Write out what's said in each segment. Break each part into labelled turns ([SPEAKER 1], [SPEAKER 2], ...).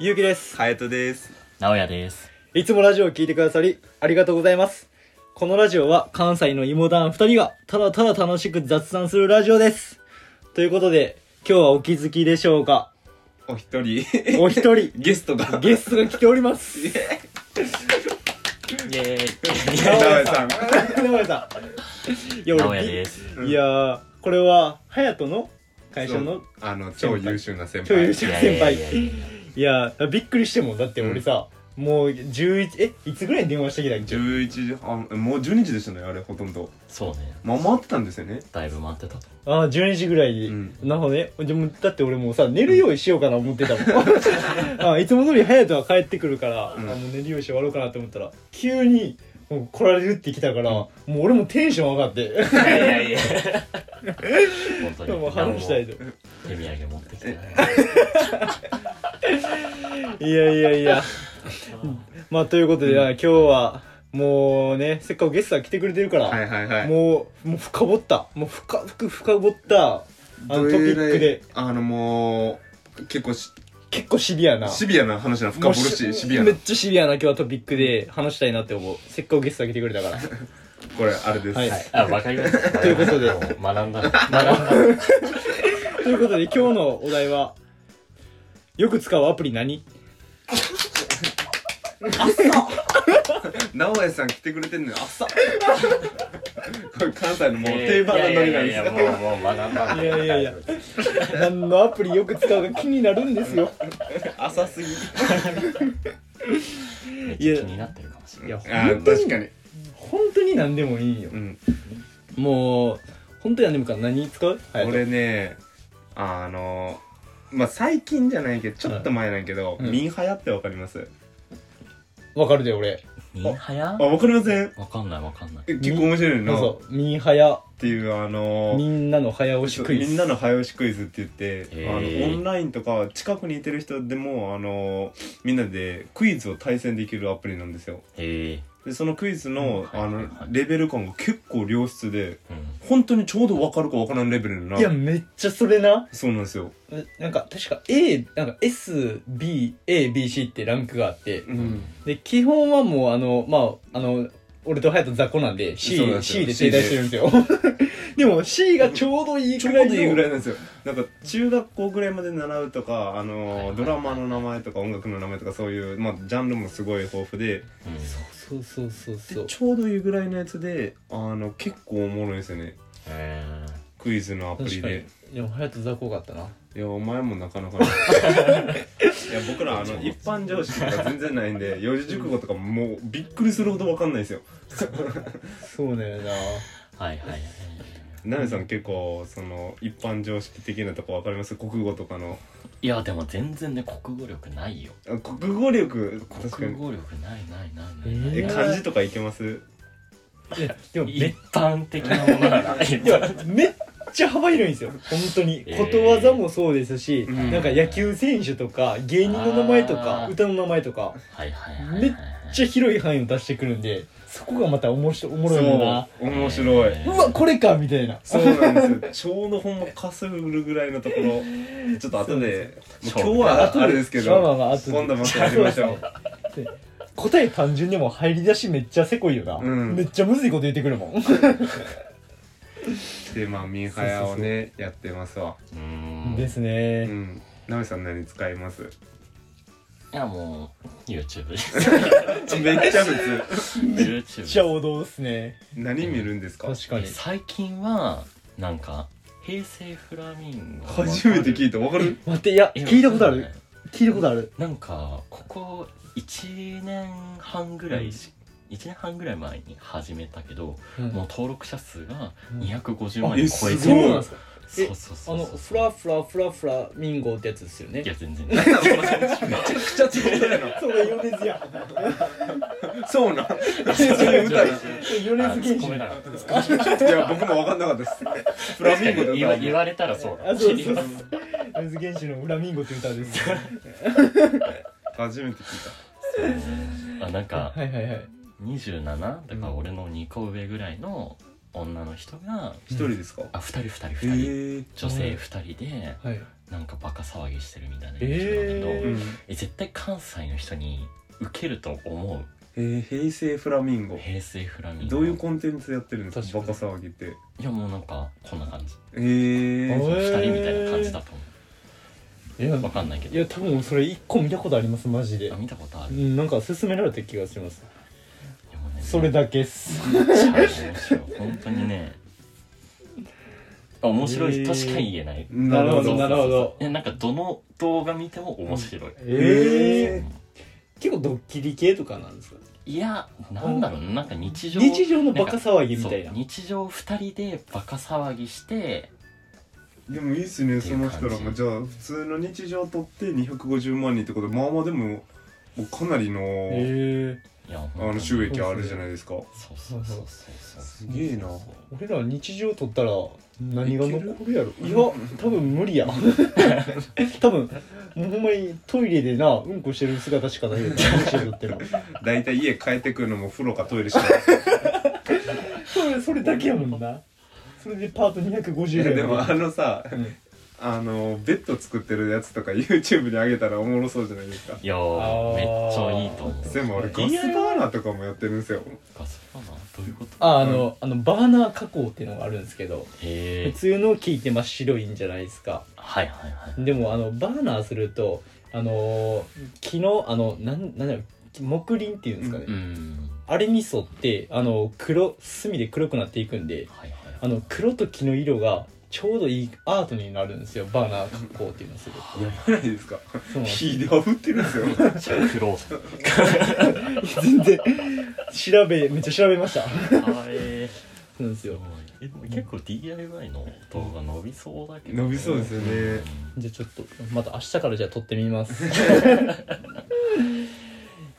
[SPEAKER 1] ゆうきです。
[SPEAKER 2] ハヤトです。
[SPEAKER 3] 直哉です。
[SPEAKER 1] いつもラジオを聞いてくださり、ありがとうございます。このラジオは関西の芋団二人がただただ楽しく雑談するラジオです。ということで、今日はお気づきでしょうか
[SPEAKER 2] お 一人。、
[SPEAKER 1] お一人
[SPEAKER 2] ゲストが。
[SPEAKER 1] ゲストが来ております。
[SPEAKER 3] イエー
[SPEAKER 2] 名前さん。
[SPEAKER 1] 名前さん。いや
[SPEAKER 3] イ。
[SPEAKER 1] 俺
[SPEAKER 3] 直哉です。
[SPEAKER 1] いやー、これは、隼人の会社
[SPEAKER 2] そ
[SPEAKER 1] の
[SPEAKER 2] うあの、超優秀な先輩。
[SPEAKER 1] 超優秀
[SPEAKER 3] い
[SPEAKER 1] な
[SPEAKER 3] や
[SPEAKER 1] 先
[SPEAKER 3] いや
[SPEAKER 1] 輩
[SPEAKER 3] い。やいや
[SPEAKER 1] いやー、びっくりしてもんだって俺さ、もう11、え、いつぐらいに電話してきたっけ
[SPEAKER 2] 11時半、もう12時でしたね、あれ、ほとんど。
[SPEAKER 3] そうね。
[SPEAKER 2] まあ、回ってたんですよね。
[SPEAKER 3] だいぶ待ってたと。
[SPEAKER 1] ああ12時ぐらいに、
[SPEAKER 2] うん
[SPEAKER 1] なるほどねでもだって俺もうさ寝る用意しようかな思ってたもん あーいつも通り隼人は帰ってくるから、
[SPEAKER 2] うん
[SPEAKER 1] あーもう寝る用意して終わろうかなと思ったら急にもう来られるって来たから、もう俺もテンション上がって
[SPEAKER 3] いやいやいや。本当に。
[SPEAKER 1] もう話したいと
[SPEAKER 3] 手土産持ってきてな
[SPEAKER 1] い
[SPEAKER 3] い。
[SPEAKER 1] やいやい やまあということで、あー今日はもうねせっかくゲストが来てくれてるから、
[SPEAKER 2] はいはいはい。
[SPEAKER 1] もうもう深掘ったもう深く深掘ったあのト
[SPEAKER 2] ど
[SPEAKER 1] ピ
[SPEAKER 2] れ
[SPEAKER 1] ッ
[SPEAKER 2] ぐらい
[SPEAKER 1] クで
[SPEAKER 2] あの、もう、結構し
[SPEAKER 1] 結構シビアな
[SPEAKER 2] シビアな話なの、深掘るし、シビア
[SPEAKER 1] め
[SPEAKER 2] な
[SPEAKER 1] っ。ちゃシビアな今日はトピックで話したいなって思うせっかくゲストが来てくれた から
[SPEAKER 2] これ、あれです。
[SPEAKER 1] はい
[SPEAKER 3] あ、わかりました。
[SPEAKER 1] ということで
[SPEAKER 3] も学んだ。学んだ。
[SPEAKER 1] ということで今日のお題はよく使うアプリ 何
[SPEAKER 2] 直江さん来てくれてんのよ、あ っさこれ、関西のもう定番の
[SPEAKER 3] いや
[SPEAKER 2] ノリ
[SPEAKER 3] い
[SPEAKER 2] な
[SPEAKER 3] や
[SPEAKER 2] んで
[SPEAKER 3] い
[SPEAKER 2] す
[SPEAKER 3] や
[SPEAKER 2] よ。
[SPEAKER 3] もうもう学んだ。
[SPEAKER 1] いやいやいや何のアプリよく使うか気になるんですよ
[SPEAKER 2] 浅すぎ。
[SPEAKER 3] めっちゃ気になってるかもしれ
[SPEAKER 1] い
[SPEAKER 3] ない。
[SPEAKER 1] や
[SPEAKER 2] あー、
[SPEAKER 1] 本当
[SPEAKER 2] 確
[SPEAKER 1] に
[SPEAKER 2] かに。
[SPEAKER 1] 本当に何でもいいよ
[SPEAKER 2] うん。
[SPEAKER 1] もう本当に何でもいいから何使うはい
[SPEAKER 2] 俺ねあのまあ最近じゃないけどちょっと前なんやけど、
[SPEAKER 1] うん
[SPEAKER 2] ミンハヤってわかります、
[SPEAKER 1] わかるで俺
[SPEAKER 3] ミンハヤ
[SPEAKER 2] あ？わかりません
[SPEAKER 3] わかんないわかんない。
[SPEAKER 2] え結構面白い
[SPEAKER 1] どう
[SPEAKER 2] なっ
[SPEAKER 1] ぞミンハヤ
[SPEAKER 2] ていうあの
[SPEAKER 1] みんなの早押しクイ
[SPEAKER 2] みん
[SPEAKER 1] ズ
[SPEAKER 2] なの早押しクイズって言って、
[SPEAKER 3] へ
[SPEAKER 2] あ
[SPEAKER 3] ー
[SPEAKER 2] のオンラインとか近くにいてる人でもあのみんなでクイズを対戦できるアプリなんですよ
[SPEAKER 3] へえ。
[SPEAKER 2] でそのクイズの,、
[SPEAKER 3] うんはいはいはい
[SPEAKER 2] あのレベル感が結構良質で
[SPEAKER 3] うん。
[SPEAKER 2] 本当にちょうど分かるか分からんレベルない
[SPEAKER 1] やめっちゃそれな
[SPEAKER 2] そうなんですよ、
[SPEAKER 1] えなんか確か A なんか SBABC ってランクがあって
[SPEAKER 2] うん、
[SPEAKER 1] で基本はもうあのまああの俺と隼人雑魚なんで C,
[SPEAKER 2] そうなんです
[SPEAKER 1] C
[SPEAKER 2] よ
[SPEAKER 1] で停滞してるんですよ でも C がちょうどいい
[SPEAKER 2] ち
[SPEAKER 1] く
[SPEAKER 2] ょう
[SPEAKER 1] ら
[SPEAKER 2] ど
[SPEAKER 1] いの
[SPEAKER 2] いいぐらいなんですよなんか中学校ぐらいまで習うとかあのー
[SPEAKER 3] はいはい
[SPEAKER 2] ドラマの名前とか音楽の名前とかそういう、まあ、ジャンルもすごい豊富で
[SPEAKER 3] うん
[SPEAKER 1] そうそうそう
[SPEAKER 2] で
[SPEAKER 1] そう
[SPEAKER 2] ちょうどいいぐらいのやつであの結構おもろいですよね
[SPEAKER 3] へ
[SPEAKER 2] クイズのアプ
[SPEAKER 1] 確
[SPEAKER 2] リ
[SPEAKER 1] かに
[SPEAKER 2] で
[SPEAKER 1] でも隼人雑魚かったない
[SPEAKER 2] やお前もなかなかね いや僕らあの一般常識とか全然ないんで四字熟語とかもうびっくりするほどわかんないですよ
[SPEAKER 1] そうだよな
[SPEAKER 3] ーはいはいはい。
[SPEAKER 2] ナメさん結構その一般常識的なとこわかります国語とかの
[SPEAKER 3] いやでも全然ね国語力ないよ。
[SPEAKER 2] あ国語力確か
[SPEAKER 3] 国
[SPEAKER 2] に
[SPEAKER 3] 語力ないないない
[SPEAKER 1] え
[SPEAKER 3] ないない。
[SPEAKER 2] え漢字とかいけます
[SPEAKER 1] いやでもめ
[SPEAKER 3] 一般的なものだな
[SPEAKER 1] いやめっちゃ幅広いんですよ本当に
[SPEAKER 3] えー
[SPEAKER 1] ことわざもそうですし、
[SPEAKER 2] うん
[SPEAKER 1] なんか野球選手とか芸人の名前とか
[SPEAKER 3] あー
[SPEAKER 1] 歌の名前とか
[SPEAKER 3] はいはいはいはい
[SPEAKER 1] めっめっちゃ広い範囲を出してくるんでそこがまたおもしおもろいもんな
[SPEAKER 2] そう面白い、
[SPEAKER 3] え
[SPEAKER 1] うわこれかみたいな
[SPEAKER 2] そうなんですよちょうどほんまかするぐらいのところちょっと後でもう今日はあれですけ
[SPEAKER 1] まあまあ
[SPEAKER 2] ど
[SPEAKER 1] まああと
[SPEAKER 2] 今度またやりましょう
[SPEAKER 1] 答え単純でも入り出しめっちゃせこいよな、
[SPEAKER 2] うん
[SPEAKER 1] めっちゃむずいこと言ってくるもん
[SPEAKER 2] でまあミンハヤをねやってますわ
[SPEAKER 3] うーん
[SPEAKER 1] で
[SPEAKER 3] い
[SPEAKER 1] す
[SPEAKER 2] う
[SPEAKER 1] ね
[SPEAKER 2] んナメさん何使います
[SPEAKER 3] やもう YouTube です
[SPEAKER 2] めっちゃ普通
[SPEAKER 1] めっちゃ
[SPEAKER 3] YouTube
[SPEAKER 1] 王道っすね
[SPEAKER 2] 何見るんですか
[SPEAKER 1] 確かに
[SPEAKER 3] 最近はなんか平成フラミンゴ
[SPEAKER 2] 初めて聞いたわかる
[SPEAKER 1] 待っていや
[SPEAKER 3] や
[SPEAKER 1] 聞いたことある聞いたことある
[SPEAKER 3] なんかここ1年半ぐらいし、1年半ぐらい前に始めたけど、もう登録者数が250万人超え
[SPEAKER 2] あえすごい
[SPEAKER 3] て
[SPEAKER 1] なん
[SPEAKER 3] る
[SPEAKER 1] ですか
[SPEAKER 3] そうそうそうそう
[SPEAKER 1] フラフラフラミンゴってやつですよね
[SPEAKER 3] いや 全然めちゃくちゃ強い
[SPEAKER 1] それ米津や
[SPEAKER 2] そうなん
[SPEAKER 1] 米津
[SPEAKER 2] れ歌や
[SPEAKER 1] 原始
[SPEAKER 2] いや僕もわかんなかったですフラミンゴで
[SPEAKER 3] 言
[SPEAKER 2] 歌
[SPEAKER 3] わ
[SPEAKER 2] う
[SPEAKER 3] 言
[SPEAKER 2] の
[SPEAKER 3] われたらそうだ
[SPEAKER 1] あそうそうそう米津玄師の「フラミンゴ」って歌です
[SPEAKER 2] 初めて聞い
[SPEAKER 3] あなんか
[SPEAKER 1] はいはいはい
[SPEAKER 3] 27だか
[SPEAKER 2] う
[SPEAKER 3] ら
[SPEAKER 2] ん
[SPEAKER 3] 俺の2個上ぐらいの女の人が
[SPEAKER 2] 一人ですか
[SPEAKER 3] あ二人二人
[SPEAKER 2] え
[SPEAKER 3] 二人、
[SPEAKER 2] ー
[SPEAKER 3] 女性二人で
[SPEAKER 1] はい
[SPEAKER 3] なんかバカ騒ぎしてるみたいな印象なんだけど、
[SPEAKER 1] え
[SPEAKER 2] うん
[SPEAKER 3] え絶対関西の人に受けると思
[SPEAKER 2] えー平成フラミン
[SPEAKER 3] う
[SPEAKER 2] ゴ
[SPEAKER 3] 平成フラミンゴ
[SPEAKER 2] どういうコンテンツやってるんですかバ
[SPEAKER 1] 確か
[SPEAKER 2] カ
[SPEAKER 1] に
[SPEAKER 2] 騒ぎって
[SPEAKER 3] いやもうなんかこんな感じ
[SPEAKER 2] えー
[SPEAKER 1] お
[SPEAKER 3] 二
[SPEAKER 1] へー
[SPEAKER 3] 人みたいな感じだと思
[SPEAKER 1] えいや
[SPEAKER 3] うわかんないけ
[SPEAKER 1] い
[SPEAKER 3] ど
[SPEAKER 1] や多分それ一個見たことありますマジで
[SPEAKER 3] あ見たことあ
[SPEAKER 1] う
[SPEAKER 3] る、い
[SPEAKER 1] んなんか勧められた気がします
[SPEAKER 3] やもうね
[SPEAKER 1] それだけっす
[SPEAKER 3] めっちゃ面白い本当にねあ面白
[SPEAKER 1] え
[SPEAKER 3] い
[SPEAKER 1] ー
[SPEAKER 3] としか言えない、
[SPEAKER 1] なるほ
[SPEAKER 3] そ
[SPEAKER 1] ど
[SPEAKER 3] うそ
[SPEAKER 1] な
[SPEAKER 3] う
[SPEAKER 1] る
[SPEAKER 3] そ
[SPEAKER 1] ほ
[SPEAKER 3] う
[SPEAKER 1] ど
[SPEAKER 3] いやなんかどの動画見ても面白い、
[SPEAKER 1] え
[SPEAKER 2] え
[SPEAKER 1] え結構ドッキリ系とかなんですか
[SPEAKER 3] いやなんだろうななんか日常
[SPEAKER 1] 日常のバカ騒ぎみたいな
[SPEAKER 3] そう日常二人でバカ騒ぎして
[SPEAKER 2] でもいいっすねその人らも
[SPEAKER 3] っていう感じ
[SPEAKER 2] じゃあ普通の日常を取って250万人ってことでまあまあでももうかなりの、
[SPEAKER 1] ええ
[SPEAKER 3] いや
[SPEAKER 2] あの収益あるじゃないですか
[SPEAKER 3] そうそうそうそうそう
[SPEAKER 2] すげえな
[SPEAKER 1] 俺ら日常撮ったら何が残るやろ
[SPEAKER 2] いける
[SPEAKER 1] いや多分無 理や多分もうほんまにトイレでなうんこしてる姿しかないよ日常撮ってるの
[SPEAKER 2] 大体家帰ってくるのも風呂かトイレしか
[SPEAKER 1] それそれだけやもんなそれでパート
[SPEAKER 2] い
[SPEAKER 1] 250
[SPEAKER 2] や
[SPEAKER 1] 円
[SPEAKER 2] でもあのさ
[SPEAKER 1] うん
[SPEAKER 2] あのベッド作ってるやつとか YouTube に上げたらおもろそうじゃないですか
[SPEAKER 3] いや
[SPEAKER 1] あー
[SPEAKER 3] ーめっちゃいいと思う
[SPEAKER 2] でも俺ガスバーナーとかもやってるんですよ
[SPEAKER 3] ガスバーナーどういう こと
[SPEAKER 1] ああの,、あのバーナー加工っていうのがあるんですけど普
[SPEAKER 3] へえ
[SPEAKER 1] 通の木って真っ白いんじゃないですか
[SPEAKER 3] はいはいはい
[SPEAKER 1] でもあのバーナーするとあのー木のあのなんなんだろう木林っていうんですかね、
[SPEAKER 3] うん
[SPEAKER 1] あれに沿ってあの黒炭で黒くなっていくんで
[SPEAKER 3] はいはい
[SPEAKER 1] あの黒と木の色がちょうどいいアートになるんですよバーナー加工っていうのすごい
[SPEAKER 2] やばないですか
[SPEAKER 1] そうなんです
[SPEAKER 2] 火で炙ってるんですよ
[SPEAKER 3] めっちゃ苦労
[SPEAKER 1] 全然調べめっちゃ調べました
[SPEAKER 3] あれ
[SPEAKER 1] そうなんです
[SPEAKER 3] すごい
[SPEAKER 1] よ
[SPEAKER 3] えでも結構 DIY の動画伸びそうだけど
[SPEAKER 2] 伸びそうですよね
[SPEAKER 1] じゃあちょっとまた明日からじゃあ撮ってみます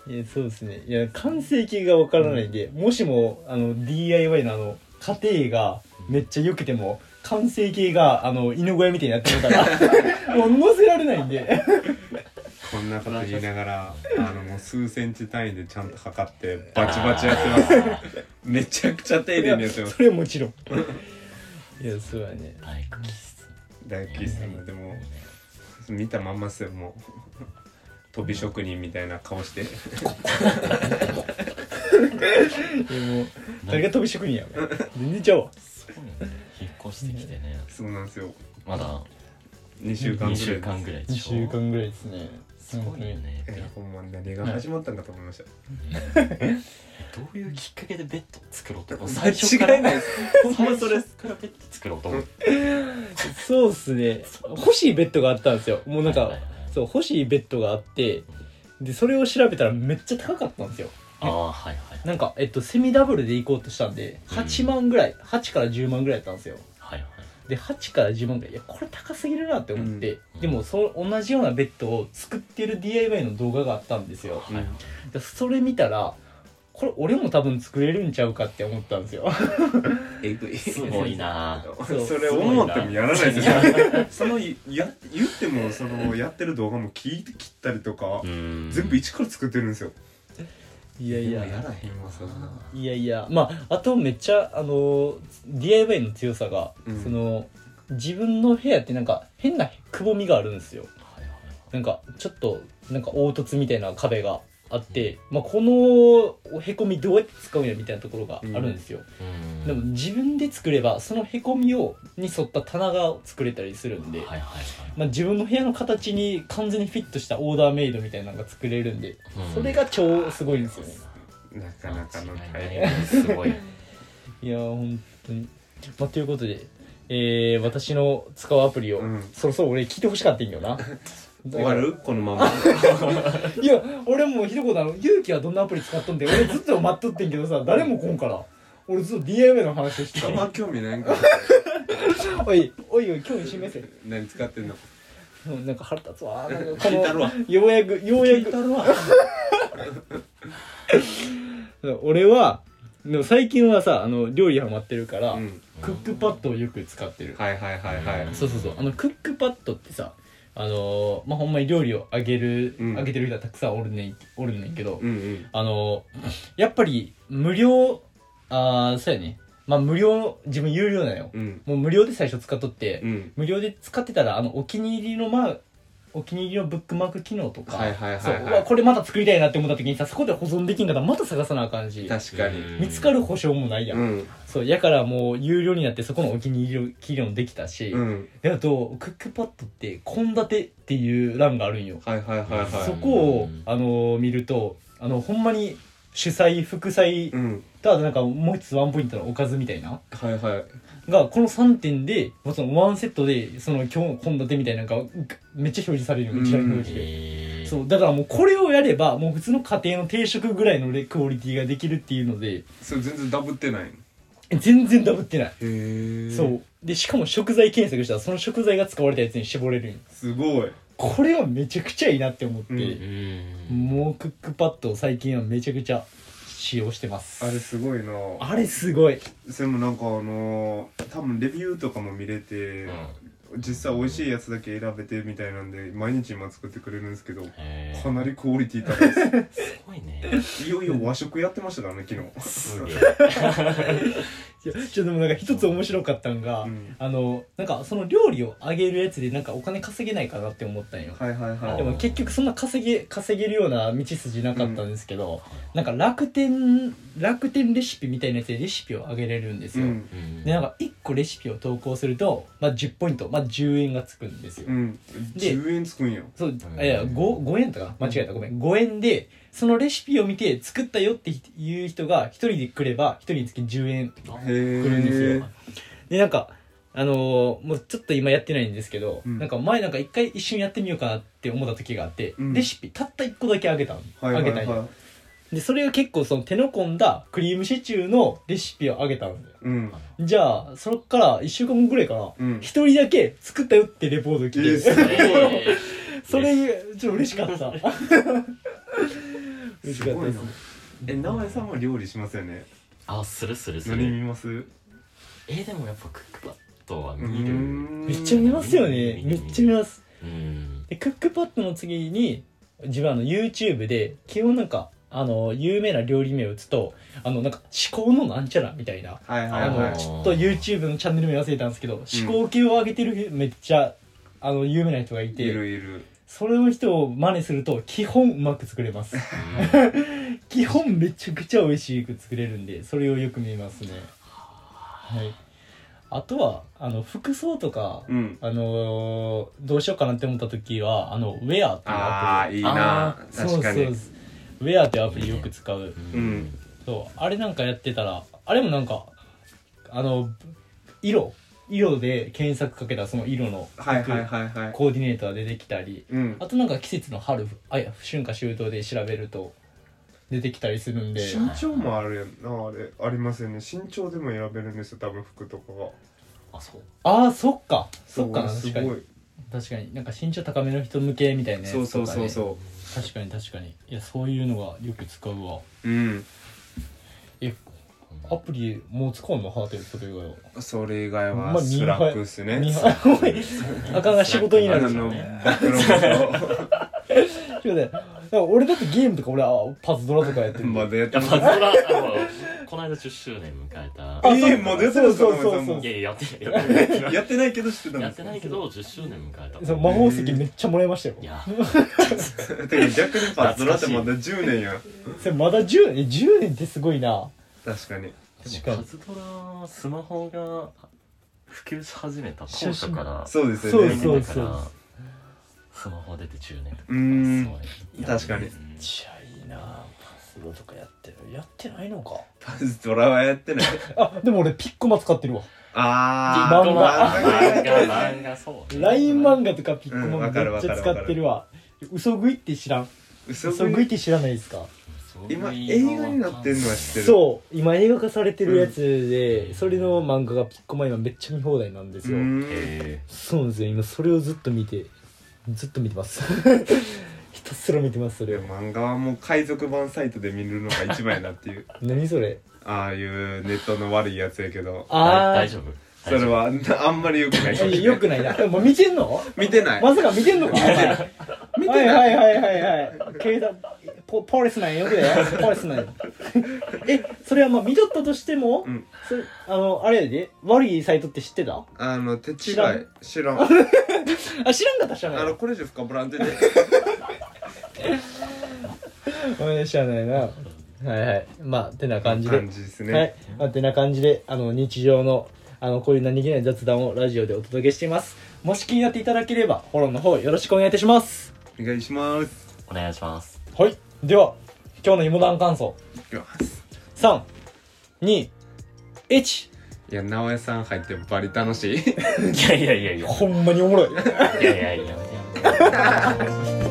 [SPEAKER 1] いやそうですねいや完成形がわからないんで、もしもあの DIY のあの過程がめっちゃ良くても完成形があの犬小屋みたいになってもうたらもう載せられないんで
[SPEAKER 2] こんなこと言いながらあのもう数センチ単位でちゃんと測ってバチバチやってますめちゃくちゃ丁寧にやってます
[SPEAKER 1] それはもちろんいやそうやね
[SPEAKER 3] 大工気質
[SPEAKER 2] 大吉さんもでも見たまんまっすよもう飛び職人みたいな顔して
[SPEAKER 1] いやもう誰が飛び職人や俺全然ちゃうわ
[SPEAKER 3] すごいね引っ越してきてね
[SPEAKER 2] そうなんですよ
[SPEAKER 3] まだ
[SPEAKER 2] 2週間ぐらい
[SPEAKER 3] 2
[SPEAKER 1] 2
[SPEAKER 2] です
[SPEAKER 3] 週間ぐらいでしょ
[SPEAKER 1] 週間ぐらいですね
[SPEAKER 3] すごいよね
[SPEAKER 2] えほんま何が始まったんかと思いました、
[SPEAKER 3] どういうきっかけでベッド作ろうと思う
[SPEAKER 2] 間
[SPEAKER 3] 最初から
[SPEAKER 2] 違いないですほんまそれ
[SPEAKER 3] 最初からベッド作ろうと思って
[SPEAKER 1] そうっすね欲しいベッドがあったんですよもうなん
[SPEAKER 3] はい
[SPEAKER 1] か
[SPEAKER 3] はいはい
[SPEAKER 1] そう欲しいベッドがあってでそれを調べたらめっちゃ高かったんですよ
[SPEAKER 3] ああはいはい
[SPEAKER 1] なんかえっとセミダブルで行こうとしたんで
[SPEAKER 3] うん
[SPEAKER 1] 8万ぐらい8から10万ぐらいだったんですよ
[SPEAKER 3] はいはい
[SPEAKER 1] で8から10万ぐらいいやこれ高すぎるなって思って、
[SPEAKER 3] うん
[SPEAKER 1] でもその同じようなベッドを作ってる DIY の動画があったんですよ
[SPEAKER 2] うん
[SPEAKER 1] でそれ見たらこれ俺も多分作れるんちゃうかって思ったんですよ
[SPEAKER 2] えぐい
[SPEAKER 3] すごいな
[SPEAKER 1] そう
[SPEAKER 2] それ思ってもやらないですよそのや言ってもそのやってる動画も聞いて切ったりとか、
[SPEAKER 3] 全
[SPEAKER 2] 全部一から作ってるんですよ
[SPEAKER 1] いやいや
[SPEAKER 2] らへんわそんない
[SPEAKER 1] やいやまああとめっちゃあの DIY の強さが、
[SPEAKER 2] うん
[SPEAKER 1] その自分の部屋ってなんか変なくぼみがあるんですよ
[SPEAKER 3] はいはい
[SPEAKER 1] なんかちょっとなんか凹凸みたいな壁があって、まあ、このへこみどうやって使うんやみたいなところがあるんですよ、
[SPEAKER 3] うん
[SPEAKER 1] でも自分で作ればそのへこみをに沿った棚が作れたりするんで、
[SPEAKER 3] はいはいはい
[SPEAKER 1] まあ、自分の部屋の形に完全にフィットしたオーダーメイドみたいなのが作れるんで
[SPEAKER 3] うん
[SPEAKER 1] それが超すごいんですよね
[SPEAKER 2] なかなかの大
[SPEAKER 3] 間違い
[SPEAKER 2] 変
[SPEAKER 3] ないすごい
[SPEAKER 1] いやー本当に、まあ、ということで、えー、私の使うアプリを、
[SPEAKER 2] うん
[SPEAKER 1] そろそろ俺聞いてほしかったんよな
[SPEAKER 2] 終わるこのまま
[SPEAKER 1] いや俺もうひどいことあの勇気はどんなアプリ使っとんで俺ずっと待っとってんけどさ誰も来んから俺ずっと DIY の話をしてた
[SPEAKER 2] あんま
[SPEAKER 1] わ
[SPEAKER 2] 興味ないんか
[SPEAKER 1] おいおいおい興味示せ
[SPEAKER 2] 何使ってんの
[SPEAKER 1] うんなんか腹立つ わなんかこ
[SPEAKER 2] 聞いたるわ
[SPEAKER 1] のようやくようやく 俺はでも最近はさあの料理ハマってるから、
[SPEAKER 2] うん
[SPEAKER 1] クックパッドをよく使ってる
[SPEAKER 2] はいはいはいはい
[SPEAKER 1] そうそうそうあのクックパッドってさあのーまあほんまに料理をあげる、
[SPEAKER 2] うん
[SPEAKER 1] あげてる人はたくさんおるねんおるねんけど、
[SPEAKER 2] うんうん
[SPEAKER 1] あのーやっぱり無料あーそうやねまあ無料の自分有料なんよ
[SPEAKER 2] うん
[SPEAKER 1] もう無料で最初使っとって、
[SPEAKER 2] うん
[SPEAKER 1] 無料で使ってたらあのお気に入りのまあお気に入りのブックマーク機能とか、
[SPEAKER 2] はいはいはいはい
[SPEAKER 1] そううわこれまた作りたいなって思った時にさそこで保存できんかったらまた探さなあかんし
[SPEAKER 2] 確かに
[SPEAKER 1] 見つかる保証もないやん、
[SPEAKER 2] うん
[SPEAKER 1] そうやからもう有料になってそこのお気に入りの機能もできたし、
[SPEAKER 2] うん
[SPEAKER 1] であとクックパッドって献立っていう欄があるんよ、
[SPEAKER 2] はいはいはいは
[SPEAKER 1] そ
[SPEAKER 2] い
[SPEAKER 1] こをあの見るとあのほんまに主菜副菜
[SPEAKER 2] うん
[SPEAKER 1] とあとなんかもう一つワンポイントのおかずみたいな
[SPEAKER 2] はいはい
[SPEAKER 1] がこの3点でもうそのワンセットでその今日献立みたいなのがぐめっちゃ表示されるよ
[SPEAKER 2] うん
[SPEAKER 1] 一覧表示で、
[SPEAKER 3] えー
[SPEAKER 1] そうだからもうこれをやればもう普通の家庭の定食ぐらいのレクオリティができるっていうので
[SPEAKER 2] それ全然ダブってないのへ
[SPEAKER 1] 全然ダブってない、
[SPEAKER 2] え
[SPEAKER 1] そうでしかも食材検索したらその食材が使われたやつに絞れるんよ
[SPEAKER 2] すごい
[SPEAKER 1] これはめちゃくちゃいいなって思って、
[SPEAKER 2] うん
[SPEAKER 3] うん
[SPEAKER 1] もうクックパッドを最近はめちゃくちゃ使用してます
[SPEAKER 2] あれすごいな
[SPEAKER 1] あれすごい
[SPEAKER 2] それもなんかあのー多分レビューとかも見れて、実際美味しいやつだけ選べてみたいなんで毎日今作ってくれるんですけど
[SPEAKER 3] えー
[SPEAKER 2] かなりクオリティ高いです
[SPEAKER 3] すごいね
[SPEAKER 2] いよいよ和食やってましたからね昨日
[SPEAKER 3] すげえ
[SPEAKER 1] いやちょっとでもなんか一つ面白かったんが、
[SPEAKER 2] うん
[SPEAKER 1] あのなんかその料理をあげるやつでなんかお金稼げないかなって思ったんよ、
[SPEAKER 2] はいはいは
[SPEAKER 1] で
[SPEAKER 2] い
[SPEAKER 1] も結局そんな稼げ稼げるような道筋なかったんですけど、なんか楽天楽天レシピみたいなやつでレシピをあげれるんです
[SPEAKER 2] う
[SPEAKER 1] よ、
[SPEAKER 2] ん
[SPEAKER 3] うん
[SPEAKER 1] でなんか1個レシピを投稿すると、まあ、10ポイント、まあ、10円がつくんですよ、
[SPEAKER 2] うん
[SPEAKER 1] で
[SPEAKER 2] 10円つくんや
[SPEAKER 1] そういや 5, 5円とか間違えたごめん5円でそのレシピを見て作ったよっていう人が1人で来れば1人につき10円来
[SPEAKER 2] へ
[SPEAKER 1] るんです
[SPEAKER 2] え
[SPEAKER 1] よでなんかあのーもうちょっと今やってないんですけど、
[SPEAKER 2] うん
[SPEAKER 1] なんか前なんか一回一瞬やってみようかなって思った時があって、
[SPEAKER 2] うん
[SPEAKER 1] レシピたった一個だけあげたの、
[SPEAKER 2] はいはい
[SPEAKER 1] あげたんよ
[SPEAKER 2] は
[SPEAKER 1] でそれが結構その手の込んだクリームシチューのレシピをあげたのよ
[SPEAKER 2] いうん
[SPEAKER 1] じゃあそれから1週間後ぐらいかな
[SPEAKER 2] うん
[SPEAKER 1] 一、人だけ作ったよってレポート来て、
[SPEAKER 2] えーすごい
[SPEAKER 3] えー
[SPEAKER 1] それちょっと嬉しかった嬉し
[SPEAKER 2] す
[SPEAKER 1] かった
[SPEAKER 2] ご
[SPEAKER 1] で
[SPEAKER 2] い
[SPEAKER 1] す
[SPEAKER 2] なえ直江さんも料理しますよね
[SPEAKER 3] あするするす
[SPEAKER 2] 何
[SPEAKER 3] る
[SPEAKER 2] 見ます
[SPEAKER 3] えーでもやっぱクックパッドは
[SPEAKER 2] うー
[SPEAKER 3] 見る
[SPEAKER 2] ん
[SPEAKER 1] めっちゃ見ますよねめっちゃ見ます
[SPEAKER 3] うん
[SPEAKER 1] でクックパッドの次に自分あの YouTube で基本なんかあの有名な料理名を打つとあのなんか思考のなんちゃらみたいな
[SPEAKER 2] はいは
[SPEAKER 1] あ
[SPEAKER 2] い
[SPEAKER 1] の
[SPEAKER 2] はい
[SPEAKER 1] ちょっと YouTube のチャンネル名忘れたんですけど思考系を上げてるめっちゃあの有名な人がい
[SPEAKER 2] い
[SPEAKER 1] て
[SPEAKER 2] るいる
[SPEAKER 1] それの人を真似すると基本うまく作れます基本めちゃくちゃ美味しく作れるんでそれをよく見ますねはいあとはあの服装とか
[SPEAKER 2] うん
[SPEAKER 1] あのーどうしようかなって思った時はあのウェアっていう
[SPEAKER 2] あ
[SPEAKER 1] ア
[SPEAKER 2] あ
[SPEAKER 1] プ
[SPEAKER 2] いい
[SPEAKER 1] リ
[SPEAKER 2] な
[SPEAKER 1] あー
[SPEAKER 2] 確か
[SPEAKER 1] そう
[SPEAKER 2] に
[SPEAKER 1] そうウェアっていうアプリよく使う
[SPEAKER 3] うん
[SPEAKER 2] うん
[SPEAKER 1] そうあれなんかやってたらあれもなんかあの色色で検索かけたらその色の
[SPEAKER 2] はいはいはいはい
[SPEAKER 1] コーディネートが出てきたり
[SPEAKER 2] うん
[SPEAKER 1] あとなんか季節の春あいや春夏秋冬で調べると出てきたりするんで
[SPEAKER 2] 身長もあるやんなあれありますよね身長でも選べるんですよ多分服とかが
[SPEAKER 3] あそう
[SPEAKER 1] ああそっかそっ
[SPEAKER 2] ご
[SPEAKER 1] か
[SPEAKER 2] い
[SPEAKER 1] な
[SPEAKER 2] す
[SPEAKER 1] 確かに
[SPEAKER 2] ごい
[SPEAKER 1] 確かになんか身長高めの人向けみたいなやつと
[SPEAKER 2] そ
[SPEAKER 1] か、
[SPEAKER 2] う
[SPEAKER 1] ね、
[SPEAKER 2] そうそうそ
[SPEAKER 1] 確かに確かにいやそういうのがよく使うわ
[SPEAKER 2] ううん
[SPEAKER 1] えアプリもう使うのハーテルそれ以外は
[SPEAKER 2] それ以外
[SPEAKER 1] ほん
[SPEAKER 2] は
[SPEAKER 1] ま見栄え
[SPEAKER 2] スラックっすね
[SPEAKER 1] 見栄えおいあかんが仕事に
[SPEAKER 2] あ
[SPEAKER 1] なるじゃ
[SPEAKER 2] の
[SPEAKER 1] ん
[SPEAKER 2] 暴露本
[SPEAKER 1] ちょっと待ってだから俺だってゲームとか俺はパズドラとかやって
[SPEAKER 2] と
[SPEAKER 1] る
[SPEAKER 2] まだやっ
[SPEAKER 3] い
[SPEAKER 2] て
[SPEAKER 3] や
[SPEAKER 2] ま
[SPEAKER 3] パ
[SPEAKER 2] す
[SPEAKER 3] ズドラあのこの間10周年迎えた
[SPEAKER 1] あ
[SPEAKER 2] ええまだやってるんですか
[SPEAKER 1] そうそうそう
[SPEAKER 2] 直江さんも
[SPEAKER 3] いやいややってないや
[SPEAKER 2] やってないけど知ってたん
[SPEAKER 3] や
[SPEAKER 2] で
[SPEAKER 3] っ
[SPEAKER 2] す
[SPEAKER 3] てないけど10周年迎えた
[SPEAKER 1] そう魔法石めっちゃもらいましたよ
[SPEAKER 3] いや
[SPEAKER 2] てか逆にパズドラってまだ10年やん
[SPEAKER 1] それまだ10年10年ってすごいな
[SPEAKER 2] 確かに
[SPEAKER 1] 確
[SPEAKER 3] で
[SPEAKER 1] か
[SPEAKER 3] もパ
[SPEAKER 1] に
[SPEAKER 3] ズドラスマホが普及し始めた当初から
[SPEAKER 2] そうです
[SPEAKER 1] そ
[SPEAKER 2] よ
[SPEAKER 1] う
[SPEAKER 2] ね
[SPEAKER 1] そう
[SPEAKER 3] だからスマホ出て10年とか
[SPEAKER 2] うーん
[SPEAKER 3] そうや
[SPEAKER 2] 確かに
[SPEAKER 3] うん
[SPEAKER 1] ちゃいいなパズドラとかやってるやってないのか
[SPEAKER 2] パズドラはやってない
[SPEAKER 1] あでも俺ピッコマ使ってるわ
[SPEAKER 2] あ
[SPEAKER 1] ま
[SPEAKER 2] あ
[SPEAKER 1] ん
[SPEAKER 3] 漫
[SPEAKER 1] ま
[SPEAKER 3] 画漫画そうね
[SPEAKER 1] LINE 漫画とかピッコ
[SPEAKER 2] うん
[SPEAKER 1] マ
[SPEAKER 2] わかる
[SPEAKER 1] めっ
[SPEAKER 2] わ
[SPEAKER 1] ち
[SPEAKER 2] か
[SPEAKER 1] ゃ
[SPEAKER 2] る
[SPEAKER 1] 使ってるわ嘘食いって知らん
[SPEAKER 2] 嘘
[SPEAKER 1] 嘘
[SPEAKER 2] 食
[SPEAKER 1] 食いっ
[SPEAKER 2] い
[SPEAKER 1] て知らないですか
[SPEAKER 2] 今映画になってんのは知ってる
[SPEAKER 1] そう今映画化されてるやつで、
[SPEAKER 3] うん
[SPEAKER 1] それの漫画がピッコマ今めっちゃ見放題なんですよ、
[SPEAKER 2] ん
[SPEAKER 3] え
[SPEAKER 1] そうなんですよ今それをずっと見てずっと見てます ひたすら見てますそ
[SPEAKER 2] い
[SPEAKER 1] れ
[SPEAKER 2] や
[SPEAKER 1] を
[SPEAKER 2] 漫画はもう海賊版サイトで見るのが一番やなっていう
[SPEAKER 1] 何それ
[SPEAKER 2] ああいうネットの悪いやつやけど
[SPEAKER 3] ー
[SPEAKER 1] あ
[SPEAKER 3] 大
[SPEAKER 1] ー
[SPEAKER 3] 丈夫
[SPEAKER 2] それはあんまりよくないかもしれない
[SPEAKER 1] よくないなえ もう見てんの
[SPEAKER 2] 見てない
[SPEAKER 1] まさか見てんのかお前
[SPEAKER 2] 見て
[SPEAKER 1] はい
[SPEAKER 2] ない
[SPEAKER 1] はいはいはいはい携帯ポポリスマンよくだよポリスマンえそれはまあ見とったとしても、
[SPEAKER 2] うん
[SPEAKER 1] それあのあれやで悪いサイトって知ってた
[SPEAKER 2] あの手違い
[SPEAKER 1] 知らん
[SPEAKER 2] 知らんあ
[SPEAKER 1] あ知らんかった知らない
[SPEAKER 2] のこれ以上深掘らんでね
[SPEAKER 1] ごめん知らないなはいはいまあてな感じで
[SPEAKER 2] 感じですね、
[SPEAKER 1] はい、まあ、てな感じであの日常のあのこういう何気ない雑談をラジオでお届けしていますもし気になっていただければフォローの方よろしくお願いいたします
[SPEAKER 2] お願いします
[SPEAKER 3] お願いします
[SPEAKER 1] はいでは今日の芋団感想
[SPEAKER 2] いきます
[SPEAKER 1] 321
[SPEAKER 2] いや直江さん入ってバリ楽しい
[SPEAKER 3] いやいやいやいや
[SPEAKER 1] ほんまにおもろい
[SPEAKER 3] いやいやいやいや